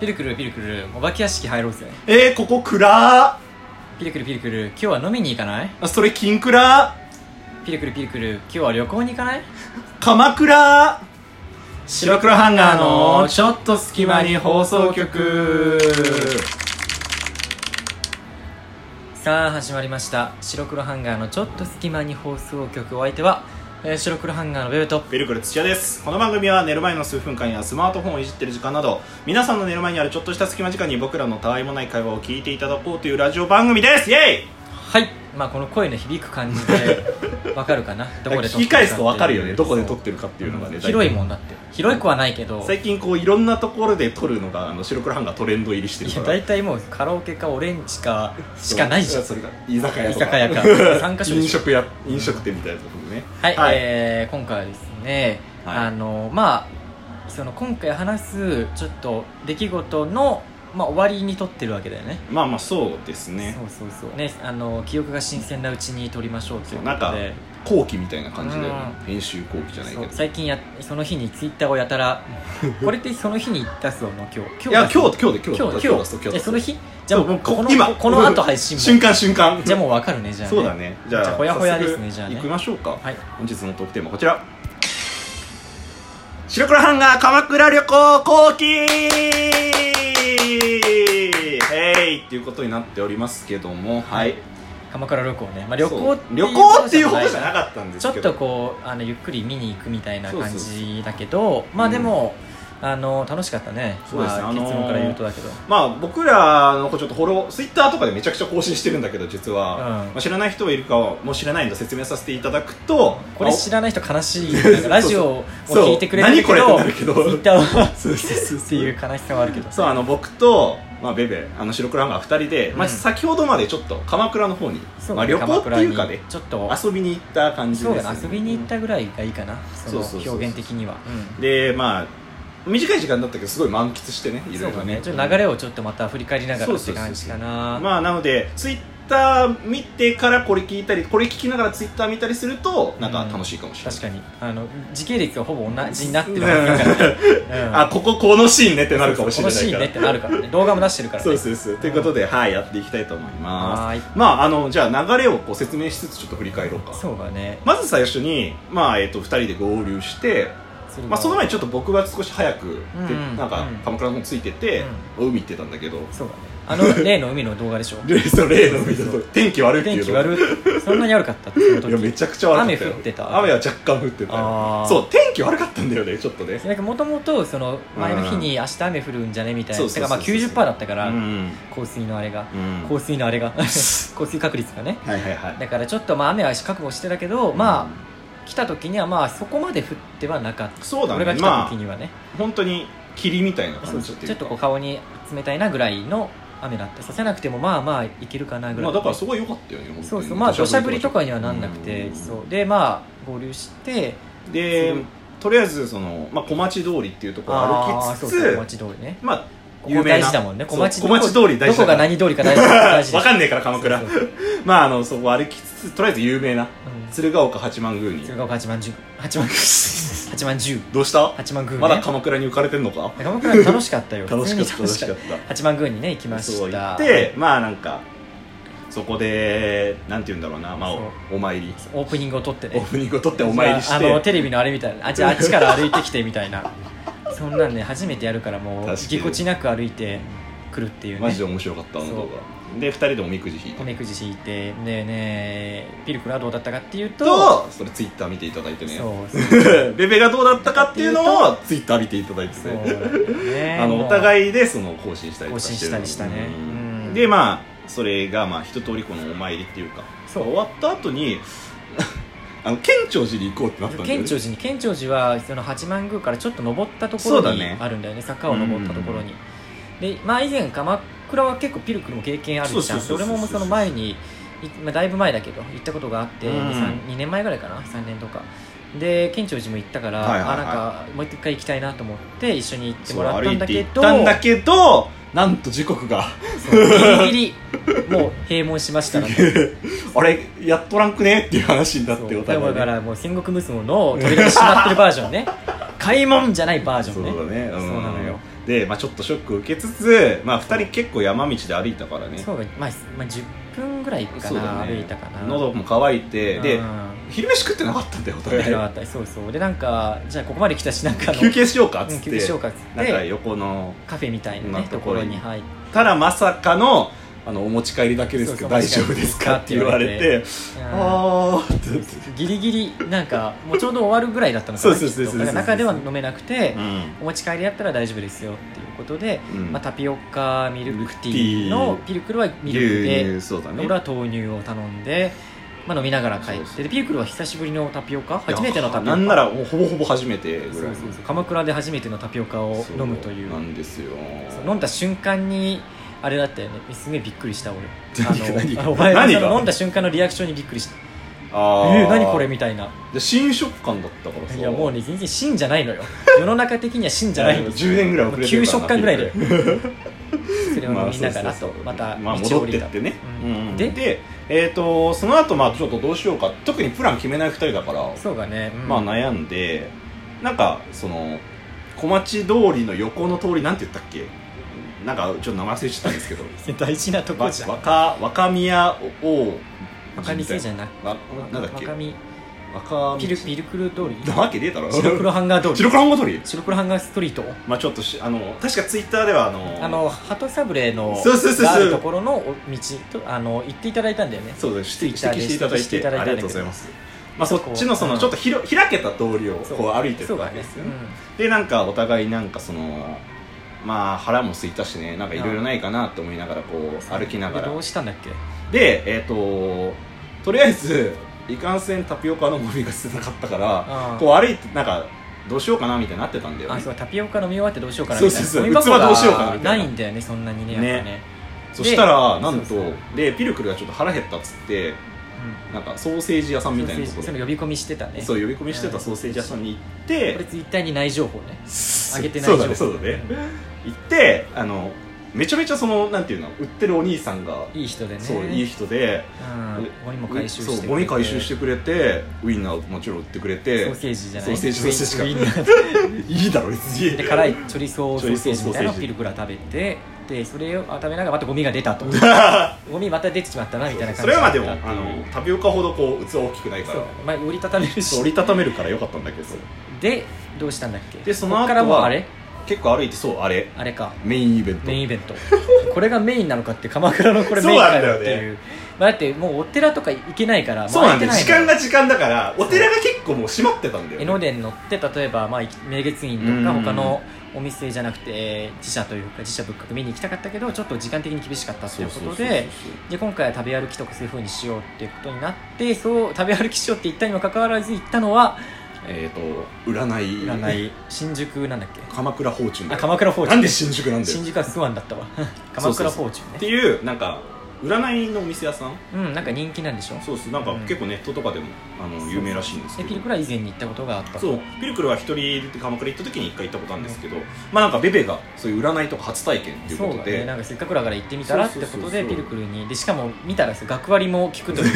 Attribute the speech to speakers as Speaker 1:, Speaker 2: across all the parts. Speaker 1: ピルクルピルクルお化け屋敷入ろうぜ
Speaker 2: えー、ここ暗
Speaker 1: ピルクルピルクル今日は飲みに行かない
Speaker 2: ーそれ金蔵
Speaker 1: ピルクルピルクル今日は旅行に行かない
Speaker 2: 鎌倉白黒ハンガーの
Speaker 1: ちょっと隙
Speaker 2: 今に放送局
Speaker 1: さあ始まりました白黒ハンガーのちょっと隙間に放送局お相手は、えー白黒ハンガーのベベと
Speaker 2: ベルクル土屋ですこの番組は寝る前の数分間やスマートフォンをいじってる時間など皆さんの寝る前にあるちょっとした隙間時間に僕らのたわいもない会話を聞いていただこうというラジオ番組ですイエイ
Speaker 1: はいまあこの声の響く感じ でわかるかなどこで撮
Speaker 2: 聞き返すと分かるよねどこで撮
Speaker 1: と
Speaker 2: ってるかっていうのがね
Speaker 1: 広い
Speaker 2: ん
Speaker 1: もんだって広い子はないけど
Speaker 2: 最近こういろんなところで撮るのがあの白黒ハンガートレンド入りしてる
Speaker 1: い
Speaker 2: か
Speaker 1: や
Speaker 2: ら
Speaker 1: 大体もうカラオケかオレンジかしかないじゃん
Speaker 2: それが居酒屋と
Speaker 1: 居酒屋 か三ヶ所でしょ
Speaker 2: 飲食屋飲食店みたいなところね
Speaker 1: はい、えー今回はですね、
Speaker 2: はい
Speaker 1: あのまあその今回話すちょっと出来事の、まあ、終わりに撮ってるわけだよね
Speaker 2: まあまあそうですね
Speaker 1: そうそうそうねあの記憶が新鮮なうちに撮りましょうというこ
Speaker 2: なん
Speaker 1: と
Speaker 2: か
Speaker 1: で
Speaker 2: 後期みたいな感じで
Speaker 1: うん
Speaker 2: 編集後期じゃないけ
Speaker 1: そう
Speaker 2: ど
Speaker 1: 最近やその日にツイッターをやた らこれってその日に出すの今日
Speaker 2: いや今
Speaker 1: 日
Speaker 2: 日今日で今
Speaker 1: 今
Speaker 2: 日
Speaker 1: 日
Speaker 2: だ
Speaker 1: 今
Speaker 2: った
Speaker 1: 日
Speaker 2: 今日だった今日だった
Speaker 1: えその日じゃあもう
Speaker 2: こ
Speaker 1: この
Speaker 2: 今
Speaker 1: この後配信も
Speaker 2: 瞬間瞬間
Speaker 1: じゃあもう分かるねじゃあ、
Speaker 2: そうだねじゃあ
Speaker 1: じゃあほやほやですね
Speaker 2: 早速
Speaker 1: じゃあね
Speaker 2: 行きましょうか
Speaker 1: はい
Speaker 2: 本日のトークテーマはこちら白黒ハンガー鎌倉旅行後期えいっていうことになっておりますけどもはい
Speaker 1: 鎌倉旅行ね、まあ、旅行
Speaker 2: そう旅行っていう
Speaker 1: こ
Speaker 2: ほ
Speaker 1: と
Speaker 2: ど
Speaker 1: じ
Speaker 2: じ
Speaker 1: ゃ
Speaker 2: ゃ
Speaker 1: ない
Speaker 2: なかったんで
Speaker 1: ち
Speaker 2: す
Speaker 1: ょっ
Speaker 2: け
Speaker 1: と
Speaker 2: ど
Speaker 1: こうあのゆっくり見に行くみたいな
Speaker 2: そうそ
Speaker 1: 感
Speaker 2: うそう
Speaker 1: じだけどまあでも、あの楽しかったね
Speaker 2: そうですね
Speaker 1: まあ、
Speaker 2: あのー
Speaker 1: 結論から言うとだけど、
Speaker 2: まあ僕らのちょっとフォローツイッターとかでめちゃくちゃ更新してるんだけど実は、
Speaker 1: うん
Speaker 2: まあ、知らない人がいるかはもう知らないので説明させていただくと
Speaker 1: これ
Speaker 2: まあ
Speaker 1: 知らない人悲しい
Speaker 2: そうそう
Speaker 1: ラジオを聞いてくれるけ
Speaker 2: そう
Speaker 1: ど
Speaker 2: 何これってなる
Speaker 1: ツ
Speaker 2: けど
Speaker 1: イッターはっ
Speaker 2: そうそうそう
Speaker 1: ていう悲しさはあるけど
Speaker 2: そうあの僕と、まあ、ベベあの白黒ハンガー2人で、まあ、
Speaker 1: うん
Speaker 2: 先ほどまでちょっと鎌倉の方に、
Speaker 1: そう
Speaker 2: まあ、旅行っていうか
Speaker 1: 鎌倉
Speaker 2: ね
Speaker 1: にちょっと
Speaker 2: 遊びに行った感じ
Speaker 1: そう
Speaker 2: で
Speaker 1: だな
Speaker 2: す、
Speaker 1: 遊びに行ったぐらいがいいかなその
Speaker 2: そうそうそうそう
Speaker 1: 表現的には、
Speaker 2: でまあ短い時間だったけどすごい満喫してね
Speaker 1: うん
Speaker 2: い
Speaker 1: そ
Speaker 2: ろ
Speaker 1: う
Speaker 2: いろ
Speaker 1: だ
Speaker 2: ね
Speaker 1: ねちょっと流れをちょっとまた振り返りなが
Speaker 2: そ
Speaker 1: ら
Speaker 2: う
Speaker 1: って
Speaker 2: そうそう
Speaker 1: 感じかな
Speaker 2: まあなのでツイッター見てからこれ聞いたりこれ聞きながらツイッター見たりするとなんか楽しいかもしれない、
Speaker 1: 確かにあの時系列がほぼ同じになってるわけだから、ねうん
Speaker 2: あこここのシーンねってなるかもしれない
Speaker 1: そう
Speaker 2: か
Speaker 1: そうこのシーン
Speaker 2: ら
Speaker 1: ねってなるからね動画も出してるからね
Speaker 2: そうそうそうということで、はいやっていきたいと思いま
Speaker 1: はーい
Speaker 2: すまああのじゃあ流れをこう説明しつつちょっと振り返ろうか
Speaker 1: そうだね
Speaker 2: まず最初に、まあえっと2人で合流して、
Speaker 1: それ
Speaker 2: まあ、その
Speaker 1: 前
Speaker 2: 前にちょっと僕が少し早く、
Speaker 1: うん
Speaker 2: で
Speaker 1: うん
Speaker 2: なんか
Speaker 1: うん
Speaker 2: 鎌倉の方ついてて、海行ってたんだけど
Speaker 1: そうだねあの例の海の動画 でしょ
Speaker 2: でその例の海だ
Speaker 1: そ
Speaker 2: と
Speaker 1: う
Speaker 2: 天気悪いってい
Speaker 1: 天
Speaker 2: う
Speaker 1: 気
Speaker 2: の
Speaker 1: 悪いそんなに悪かったってその
Speaker 2: いやめ
Speaker 1: 時
Speaker 2: ちゃくちゃ悪かったよ
Speaker 1: 雨降ってた
Speaker 2: 雨は若干降ってた
Speaker 1: あ
Speaker 2: よ
Speaker 1: ー
Speaker 2: そう天気悪かったんだよねちょっとね
Speaker 1: なんかもともとその前の日に明日雨降るんじゃねみたい
Speaker 2: そ
Speaker 1: な
Speaker 2: う
Speaker 1: だ
Speaker 2: そ
Speaker 1: か
Speaker 2: うそう
Speaker 1: ら
Speaker 2: そ
Speaker 1: まあ
Speaker 2: う
Speaker 1: 90%だったか
Speaker 2: う
Speaker 1: ら
Speaker 2: ん
Speaker 1: 降水のあれが
Speaker 2: うん
Speaker 1: 降水のあれが降水確率がね
Speaker 2: はいはいはい
Speaker 1: だからちょっとまあ雨は覚悟してたけどまあ来た時にはまあそこまで降ってはなかった
Speaker 2: そうだ
Speaker 1: 俺が
Speaker 2: ね
Speaker 1: 来た
Speaker 2: ま
Speaker 1: 時
Speaker 2: あ
Speaker 1: にはね、
Speaker 2: 本当に霧みたいな感じ
Speaker 1: そう
Speaker 2: って
Speaker 1: ち
Speaker 2: い
Speaker 1: ょっ
Speaker 2: うか
Speaker 1: とこう顔に冷たいなぐらいの雨だったさせなくてもまあまあいけるかなぐら
Speaker 2: ま
Speaker 1: い
Speaker 2: あだからそこは良かったよね本当に
Speaker 1: そうそうまあ土砂降りとかにはなんなく
Speaker 2: う
Speaker 1: て
Speaker 2: ん
Speaker 1: そうでまあ合流して
Speaker 2: で
Speaker 1: そう
Speaker 2: とりあえずその、まあ、小町通りっていうところを歩
Speaker 1: あー
Speaker 2: き
Speaker 1: そ
Speaker 2: つ
Speaker 1: う
Speaker 2: つ
Speaker 1: そう小町通りね
Speaker 2: まあ
Speaker 1: ここ大事だもんね小町
Speaker 2: そう小町通り大
Speaker 1: ど
Speaker 2: 事だ
Speaker 1: こ
Speaker 2: か
Speaker 1: が
Speaker 2: ら
Speaker 1: 何通りか大事大事
Speaker 2: わかんねえから鎌倉
Speaker 1: そうそうそう
Speaker 2: まああのそこ歩きつつとりあえず有名な
Speaker 1: うん
Speaker 2: 鶴岡八幡宮に
Speaker 1: 鶴岡八幡十八幡八幡十
Speaker 2: どうした
Speaker 1: 八幡宮ね
Speaker 2: まだ鎌倉に浮かれてんのか
Speaker 1: 鎌倉楽しかったよ
Speaker 2: 楽しかった
Speaker 1: 普
Speaker 2: 楽
Speaker 1: 通
Speaker 2: し
Speaker 1: に
Speaker 2: かっ
Speaker 1: 八幡宮にね行きま
Speaker 2: た
Speaker 1: した
Speaker 2: そう行ってまあなんかそこでなんて言うんだろうなまあ
Speaker 1: そう
Speaker 2: おお参り
Speaker 1: オープニングを撮って
Speaker 2: オ
Speaker 1: ね
Speaker 2: ープニングを撮ってお参りし
Speaker 1: あの
Speaker 2: て
Speaker 1: テレビのあれみたいなあじゃああっちから歩いてきてみたいなそんなんね初めてやるからもう
Speaker 2: 確かに
Speaker 1: ぎこちなく歩いてくるっていう
Speaker 2: マ
Speaker 1: ね
Speaker 2: ジで面白かったあの
Speaker 1: そう
Speaker 2: 動画で二人でおみくじ引い
Speaker 1: お
Speaker 2: て
Speaker 1: みくじ引いてでねピルクルはどうだったかっていうと
Speaker 2: とそれツイッター見ていただいて
Speaker 1: そう
Speaker 2: ね
Speaker 1: そう
Speaker 2: ベベがどうだったかっていうのをツイッター見ていただいて
Speaker 1: そう
Speaker 2: ね
Speaker 1: なんだよね
Speaker 2: あのお
Speaker 1: い
Speaker 2: 互いでその更新したりとか
Speaker 1: 更新したりしたね
Speaker 2: うん
Speaker 1: うん
Speaker 2: でまあそれがまあ一通りこのお参りっていうか
Speaker 1: そ
Speaker 2: 終
Speaker 1: う
Speaker 2: わった後に あの県庁寺に行こうってなったんだよ
Speaker 1: 県
Speaker 2: ね
Speaker 1: 庁寺に県庁寺はその八幡宮からちょっと登ったとこ
Speaker 2: そう
Speaker 1: ろ
Speaker 2: だ
Speaker 1: に
Speaker 2: ね
Speaker 1: あるんだよね坂を登ったところに、でまあ以前鎌倉は結構ピルクルも経験あるじゃん
Speaker 2: そうそうそうそう
Speaker 1: 俺もその前に、いまあ、だいぶ前だけど行ったことがあって、
Speaker 2: うん
Speaker 1: 二三 2, 年前ぐらいかな3年とかで県庁寺も行ったから、
Speaker 2: はいはいはい
Speaker 1: あなんかもう一回行きたいなと思って一緒に行って
Speaker 2: そ
Speaker 1: も
Speaker 2: う
Speaker 1: らった
Speaker 2: 歩
Speaker 1: ん
Speaker 2: い
Speaker 1: だ
Speaker 2: て
Speaker 1: け
Speaker 2: 行っ
Speaker 1: ど
Speaker 2: たんだけどなんと時刻が
Speaker 1: そうギリギリもう閉門しましたので
Speaker 2: あれやっとらんくねっていう話になっ
Speaker 1: そ
Speaker 2: てお
Speaker 1: う
Speaker 2: 互い
Speaker 1: だ
Speaker 2: ね
Speaker 1: からもう戦 国無双の扉が閉まってるバージョンね開門じゃないバージョ
Speaker 2: そ
Speaker 1: ン
Speaker 2: う
Speaker 1: ね
Speaker 2: だねうん
Speaker 1: そうなのよ
Speaker 2: で、まあ、ちょっとショックを受けつつ、まあ、2人結構山道で歩いたからね
Speaker 1: そうか、まあ、まあ、10分ぐらいかな、歩いたかな
Speaker 2: 喉も乾いて、で
Speaker 1: うん
Speaker 2: 昼飯食ってなかったんだよお
Speaker 1: 食べてなか
Speaker 2: 互い
Speaker 1: ったりそうそうでなんかじゃあここまで来たしなんかあの
Speaker 2: 休憩しようかっ
Speaker 1: う
Speaker 2: つ
Speaker 1: ん
Speaker 2: っ
Speaker 1: 休憩
Speaker 2: て
Speaker 1: しようかっつっ
Speaker 2: なんか
Speaker 1: て
Speaker 2: 横の
Speaker 1: カフェみたいな
Speaker 2: なん
Speaker 1: ね
Speaker 2: か
Speaker 1: と
Speaker 2: こ
Speaker 1: こ
Speaker 2: れ
Speaker 1: ろに入って
Speaker 2: ただまさかのあのお持ち帰りだけですけ
Speaker 1: そ
Speaker 2: ど
Speaker 1: うそう
Speaker 2: 大丈夫ですかって言われてああって
Speaker 1: ギリギリなんかもうちょうど終わるぐらいだったのかな
Speaker 2: そうそうそうそう
Speaker 1: きっとだから中では飲めなくて、
Speaker 2: うん
Speaker 1: お持ち帰りだったら大丈夫ですよっていうことで、
Speaker 2: うん
Speaker 1: まあ、タピオカミルクティーのピルクルはミルクで、
Speaker 2: 牛乳そうだね
Speaker 1: 俺は豆乳を頼んで、まあ、飲みながら帰って
Speaker 2: そうそう
Speaker 1: でピルクルは久しぶりのタピオカ初めてのタピオカ
Speaker 2: なんならもうほぼほぼ初めて
Speaker 1: そう
Speaker 2: ぐ
Speaker 1: そ
Speaker 2: ら
Speaker 1: う
Speaker 2: い
Speaker 1: そう鎌倉で初めてのタピオカを飲むという
Speaker 2: そなんですよ
Speaker 1: そう飲んだ瞬間にあれだったよねすげえびっくりした俺
Speaker 2: 何が何が
Speaker 1: あのお前
Speaker 2: 何が
Speaker 1: その飲んだ瞬間のリアクションにびっくりした
Speaker 2: あー
Speaker 1: えー、何これみたいな
Speaker 2: で新食感だったからさ
Speaker 1: いやもうね全然真じゃないのよ 世の中的には真じゃないの
Speaker 2: 10年ぐらい遅れて
Speaker 1: 9食間ぐらい でそれを
Speaker 2: ま
Speaker 1: 飲
Speaker 2: あ
Speaker 1: み
Speaker 2: そ
Speaker 1: な
Speaker 2: うそ
Speaker 1: が
Speaker 2: うそう
Speaker 1: らとまた
Speaker 2: まあ、
Speaker 1: 道を
Speaker 2: 戻
Speaker 1: 降
Speaker 2: っ
Speaker 1: り
Speaker 2: て
Speaker 1: た
Speaker 2: ってね、
Speaker 1: うん
Speaker 2: うん
Speaker 1: で
Speaker 2: えー、とその後まあちょっとどうしようか特にプラン決めない2人だから、
Speaker 1: そうだね、うん
Speaker 2: まあ悩んでなんかその小町通りの横の通りなんて言ったっけなんかちょっと名前忘れちゃったんですけ ど
Speaker 1: 大事なとこ
Speaker 2: わ
Speaker 1: じゃん
Speaker 2: 若若宮王
Speaker 1: 若見せじゃなく
Speaker 2: わなんだっけ
Speaker 1: 若見
Speaker 2: 若
Speaker 1: ピルピルクル通り
Speaker 2: なわけねえだろ
Speaker 1: 白黒ハンガー通
Speaker 2: 白
Speaker 1: り
Speaker 2: 黒半通り
Speaker 1: 白黒ハンガーストリート
Speaker 2: まあちょっとしあの確かツイッターではあの
Speaker 1: あの鳩サブレーの
Speaker 2: そうそうそうそう
Speaker 1: があるところのお道とあの行っていただいたんだよね
Speaker 2: そうです指摘
Speaker 1: ツイッターで
Speaker 2: していただ
Speaker 1: 指摘
Speaker 2: い
Speaker 1: して
Speaker 2: て
Speaker 1: いただいたん
Speaker 2: あ
Speaker 1: だ
Speaker 2: り
Speaker 1: けど
Speaker 2: がとうございますまあそ
Speaker 1: そ
Speaker 2: っ
Speaker 1: こ
Speaker 2: ちのその
Speaker 1: うん
Speaker 2: ちょっとひろ開けた通りを
Speaker 1: そう
Speaker 2: こう歩いて
Speaker 1: そ
Speaker 2: る
Speaker 1: う
Speaker 2: わ
Speaker 1: だ
Speaker 2: け
Speaker 1: ね
Speaker 2: ですよねでなんかお互いなんかそのまあ腹も空いたしねなんかいろいろないかなと思いながらこう
Speaker 1: うん
Speaker 2: 歩きなが
Speaker 1: でど
Speaker 2: ら
Speaker 1: うしたんだっけ
Speaker 2: でえっ、ととりあえずいかんせんタピオカの飲みが捨てなかったから
Speaker 1: あ
Speaker 2: こう歩いてなんかどうしようかなみたいになってたんだよ
Speaker 1: あ
Speaker 2: ね
Speaker 1: そうタピオカ飲み終わってどうしようかなみたいな
Speaker 2: そうそうそう
Speaker 1: ゴミ箱
Speaker 2: 器どうしようかなみたいな
Speaker 1: ないんだよねそんなにねやっぱね
Speaker 2: そしたらなんと
Speaker 1: そうそう
Speaker 2: でピルクルがちょっと腹減ったっつってなんかソーセージ屋さんみたいなところ
Speaker 1: その呼び込みしてたね
Speaker 2: そう
Speaker 1: こ
Speaker 2: 呼び込みしてたソーセージ屋さんに行って
Speaker 1: れツイッターにない情報ね
Speaker 2: あ
Speaker 1: 上げてない情報
Speaker 2: そうだねそうだね行ってあのめちゃめちゃそのなんていうの売ってるお兄さんが
Speaker 1: いい人でね
Speaker 2: そういい人で
Speaker 1: うんゴミも回収して
Speaker 2: そうゴミ回収しててくれてウインナーもちろん売ってくれて
Speaker 1: ソーセージじゃない
Speaker 2: ソーセージソーセージ
Speaker 1: ウインナー
Speaker 2: いいだろ別に
Speaker 1: で辛いチョリソーソーセージみたいなの
Speaker 2: チョリソーソーセージ
Speaker 1: ピルクラ食べてでそれを食べながらまたゴミが出 たとゴミまた出てしまったなみたいな感じ
Speaker 2: それはまあで
Speaker 1: だ
Speaker 2: も
Speaker 1: った
Speaker 2: あのタピオカほどこう器大きくないか
Speaker 1: そう
Speaker 2: ら
Speaker 1: まあ折りたためる
Speaker 2: そう
Speaker 1: し
Speaker 2: 折りたためるからよかったんだけど
Speaker 1: でどうしたんだっけ
Speaker 2: でその後
Speaker 1: こ
Speaker 2: は
Speaker 1: っからもうあれ
Speaker 2: 結構歩いてそうあれ
Speaker 1: あれか
Speaker 2: メインイベント
Speaker 1: メインイベン トこれがメインなのかって鎌倉のこれ
Speaker 2: そ
Speaker 1: メ
Speaker 2: う
Speaker 1: イン
Speaker 2: な
Speaker 1: なん
Speaker 2: だ
Speaker 1: の
Speaker 2: よ
Speaker 1: って
Speaker 2: ね
Speaker 1: いうまあだってもうお寺とか行けないから
Speaker 2: そうなんだよ
Speaker 1: まあ行
Speaker 2: 時
Speaker 1: けい
Speaker 2: 間
Speaker 1: のよ
Speaker 2: が時間だからお寺が結構もう閉まってたんだよ
Speaker 1: 江
Speaker 2: ね
Speaker 1: ノ電乗って例えば、まあ、明月院とか
Speaker 2: うん
Speaker 1: 他のお店じゃなくて自社というか自社仏閣見に行きたかったけどちょっと時間的に厳しかったということでで今回は食べ歩きとかそういうふうにしようっていうことになってそう食べ歩きしようって言ったにもかかわらず行ったのは
Speaker 2: えっ、と占い
Speaker 1: 占い新宿なんだっけ
Speaker 2: 鎌倉フォーチュンだ
Speaker 1: あ
Speaker 2: よ
Speaker 1: 鎌倉フォーチ
Speaker 2: な
Speaker 1: ュ
Speaker 2: ん
Speaker 1: ン
Speaker 2: で新宿なんだよ
Speaker 1: 新宿はスワンだったわ
Speaker 2: そう
Speaker 1: 鎌
Speaker 2: そう
Speaker 1: 倉
Speaker 2: そ
Speaker 1: フ
Speaker 2: う
Speaker 1: ォーチュンね
Speaker 2: っていうなんか占いのお店屋さん
Speaker 1: うんなんか人気なんでしょ
Speaker 2: そうですなんか
Speaker 1: うん
Speaker 2: 結構ネットとかでもあ
Speaker 1: そ
Speaker 2: の
Speaker 1: う
Speaker 2: 有名らしいんですけ
Speaker 1: え
Speaker 2: ど
Speaker 1: ピルクラ以前に行ったことがあった
Speaker 2: そうピルクルは一人で鎌倉行った時に一回行ったことあるんですけど、まあなんかベベがそういう占いとか初体験っていう
Speaker 1: そ
Speaker 2: こ
Speaker 1: うだ
Speaker 2: と
Speaker 1: ね
Speaker 2: で
Speaker 1: なんかせっかくだから行ってみたらってこ
Speaker 2: そうそ
Speaker 1: と
Speaker 2: うそう
Speaker 1: で
Speaker 2: そう
Speaker 1: ピルクルにでしかも見たらさ学割も聞くとい う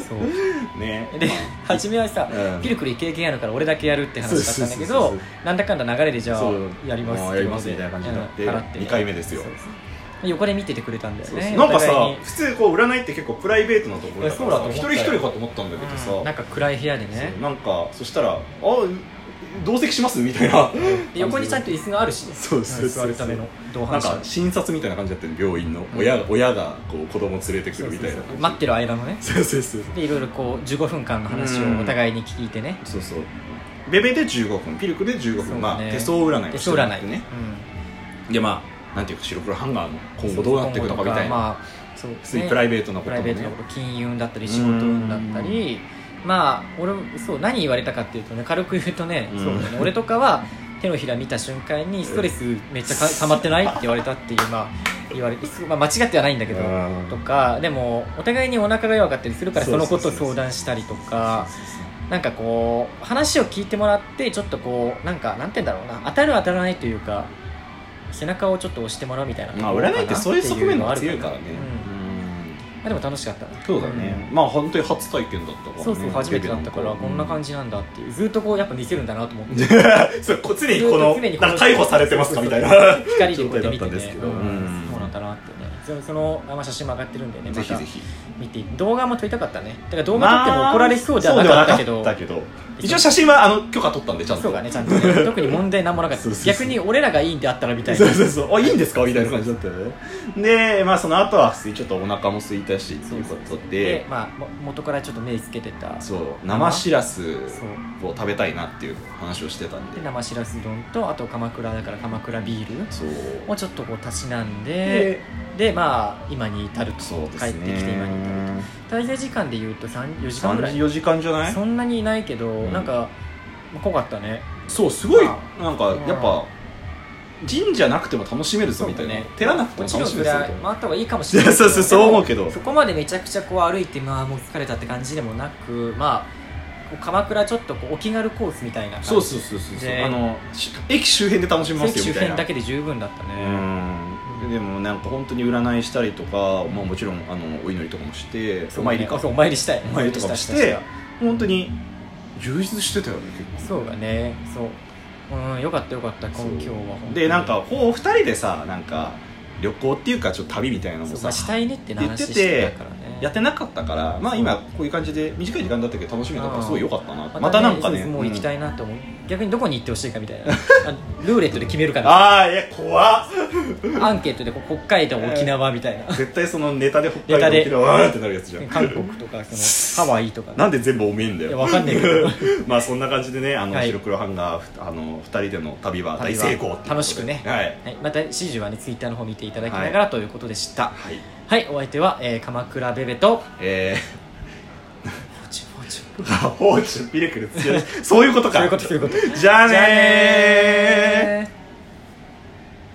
Speaker 1: そう
Speaker 2: ね
Speaker 1: で初めはさ
Speaker 2: うん
Speaker 1: ピルクル経験やるから俺だけやるって話だったんだけ
Speaker 2: そうそうそう
Speaker 1: どなんだかんだ流れでじゃあ
Speaker 2: そう
Speaker 1: やります
Speaker 2: もうやりますみたいな感じになって
Speaker 1: うん払って
Speaker 2: 二回目ですよ
Speaker 1: そうそう横で見ててくれたんだよ
Speaker 2: そうそう
Speaker 1: ね
Speaker 2: なんか
Speaker 1: お互
Speaker 2: さ
Speaker 1: いに
Speaker 2: 普通こう占いって結構プライベートなところだから
Speaker 1: いやそ
Speaker 2: さ一
Speaker 1: うだと
Speaker 2: 人
Speaker 1: 思ったよ
Speaker 2: 一人かと思ったんだけどさ、
Speaker 1: うんなんか暗い部屋でね
Speaker 2: そうなんかそしたら「あ同席します?」みたい な
Speaker 1: で横にちゃんと椅子があるしね
Speaker 2: そうそうそうそう
Speaker 1: 座るための同
Speaker 2: なん
Speaker 1: 伴者
Speaker 2: か診察みたいな感じだったの病院の、親が親がこう子供連れてく
Speaker 1: そ
Speaker 2: るみたいな
Speaker 1: うそうそう待ってる間のね
Speaker 2: そうそうそう
Speaker 1: でいろいろこう15分間の話をお互いに聞いてね
Speaker 2: そうそうベベで15分ピルクで15分、
Speaker 1: そうだね
Speaker 2: まあ手相占いを
Speaker 1: で
Speaker 2: して
Speaker 1: そう
Speaker 2: もら
Speaker 1: 占
Speaker 2: っ
Speaker 1: い
Speaker 2: てね
Speaker 1: うん
Speaker 2: でまあなんていうか白黒ハンガーの今後どうなっていくのかみたいな
Speaker 1: まあそう
Speaker 2: 普通にプライ
Speaker 1: ベー
Speaker 2: ベートなこ
Speaker 1: プ
Speaker 2: と
Speaker 1: ラ
Speaker 2: も
Speaker 1: イベ
Speaker 2: ね
Speaker 1: ートのこと金運だったり仕事運だったりまあ俺もそう何言われたかっていうとね軽く言うとね,、
Speaker 2: うん
Speaker 1: そうだね俺とかは手のひら見た瞬間にストレスめっちゃか溜まってないって言われたっていうまあ言われて、まあ、間違ってはないんだけど
Speaker 2: うん
Speaker 1: とかでもお互いにお腹が弱かったりするからそのことを相談したりとかなんかこう話を聞いてもらってちょっとこうなんかなんて言うんだろうな当たる当たらないというか背中をちょっと押してもらうみたいな
Speaker 2: まあ占いってそういう側面
Speaker 1: も
Speaker 2: が強いからね
Speaker 1: うんまあ、でも楽しかったな
Speaker 2: そうだね、まあ本当に初体験だったから、ね、
Speaker 1: そうそう初めてだったからこんな感じなんだっていうずっとこうやっぱ見せるんだなと思って
Speaker 3: そうこ常にこの
Speaker 1: ずっと常にこの
Speaker 3: なんか逮捕されてますかみたいな
Speaker 1: そうそうそう光でこうやって見て
Speaker 2: 状態だったん
Speaker 1: ね
Speaker 2: ですけど
Speaker 1: うん
Speaker 2: うん
Speaker 1: そうなんだなってねそそのあまあ写真も上がってるんでね
Speaker 2: ぜ
Speaker 1: ま
Speaker 2: ひ
Speaker 1: た
Speaker 2: ぜひ
Speaker 1: 見て動画も撮りたかったねだから動画撮っても怒られそうではなかったけど、
Speaker 3: まあそうではなかったけど一応写真はあの
Speaker 2: 許可取ったんでちゃんと
Speaker 1: そうだねちゃんとね特に問題なんもなかっ
Speaker 3: そう
Speaker 1: た
Speaker 3: そうそう
Speaker 1: 逆に俺らがいいんであったらみたいな
Speaker 3: そうそうそうあいいんですかみたいな感じだったよねでまあその後は普通にちょっとお腹も空いたしということ
Speaker 1: で
Speaker 2: で、
Speaker 1: まあ、も元からちょっと目つけてた
Speaker 2: そう生
Speaker 1: 生
Speaker 2: しらす
Speaker 1: そう
Speaker 2: を食べたいなっていう話をしてたんで
Speaker 1: で生しらす丼とあと鎌倉だから鎌倉ビール
Speaker 2: そう
Speaker 1: をちょっとこうたしなん
Speaker 3: で
Speaker 1: ででまあ今に至ると
Speaker 2: そうです
Speaker 1: 帰っ
Speaker 2: ね
Speaker 1: てきて今に至る滞在時間でいうと34時間ぐらい
Speaker 3: 34時間じゃない
Speaker 1: そんなにいないけど、
Speaker 2: ん
Speaker 1: なんかまあ濃かったね
Speaker 2: そうすごい
Speaker 1: ま
Speaker 2: なんかやっぱ神社なくても楽しめるぞみたいな、
Speaker 1: そうだね
Speaker 2: 寺なくて
Speaker 1: も
Speaker 2: も
Speaker 1: ち
Speaker 2: 楽
Speaker 1: ろん
Speaker 2: し
Speaker 1: そ
Speaker 2: める
Speaker 1: れ
Speaker 2: ぞ
Speaker 1: は
Speaker 2: みたいな
Speaker 1: 回った方がいいかもしれないけど
Speaker 3: そうそうそう思うけど
Speaker 1: でもそこまでめちゃくちゃこう歩いてまあもう疲れたって感じでもなくまあこう鎌倉ちょっとこうお気軽コースみたいな感じ
Speaker 2: そうそうそうそうそう
Speaker 1: で
Speaker 2: あのし駅周辺で楽しめま
Speaker 1: 駅
Speaker 2: すよ
Speaker 1: 周
Speaker 2: みたい
Speaker 1: 辺
Speaker 2: な
Speaker 1: だけで十分だった
Speaker 2: う
Speaker 1: ね、
Speaker 2: んでもなんか本当に占いしたりとか、まあ、もちろんあのお祈りとかもして
Speaker 1: そう
Speaker 2: お
Speaker 1: ね
Speaker 2: 参りか
Speaker 1: そうお参りしたい
Speaker 2: お参りとかもして本当に充実してたよね結構
Speaker 1: そうだねそううんよかったよかった今
Speaker 2: そう
Speaker 1: 今日は本当に
Speaker 2: でなんかこう二人でさなんか旅行っていうかちょっと旅みたいなのも
Speaker 1: そう
Speaker 2: さ
Speaker 1: まあしたいねってな
Speaker 2: 言って
Speaker 1: 話
Speaker 2: て
Speaker 1: してたからね
Speaker 2: やってなかったからまあ今こういう感じで短い時間だったけど楽しめたからすごい良かったなまたなんか
Speaker 1: そう
Speaker 2: ね
Speaker 1: ですもう行きた
Speaker 2: い
Speaker 1: いなと思う、逆にどこに行ってほしいかみたい なあルーレットで決めるから
Speaker 3: ああいや怖っ
Speaker 1: アンケートでこう北海道沖縄みたいな
Speaker 2: 絶対そのネタで北
Speaker 1: ネ
Speaker 2: 海道
Speaker 1: タで
Speaker 2: 沖縄わーってなるやつじゃん
Speaker 1: 韓国とかそのハワイとか
Speaker 2: なんで全部おめえんだ
Speaker 1: いや
Speaker 2: よ
Speaker 1: わかんないけど
Speaker 2: まあそんな感じでねあの
Speaker 1: はい
Speaker 2: 白黒ハンガーふあの二人での旅は大成功っていうことで
Speaker 1: 楽しくね
Speaker 2: はい
Speaker 1: はい、また指示はねツイッターの方見ていただきながらということでした
Speaker 2: はい
Speaker 1: はい、お相手は、えー鎌倉ベベと
Speaker 2: え
Speaker 1: ポチポチ
Speaker 2: ー あ放置ピレクル強いそういうことか
Speaker 1: そういうことそういうこと
Speaker 2: じゃあねー
Speaker 1: じゃあねー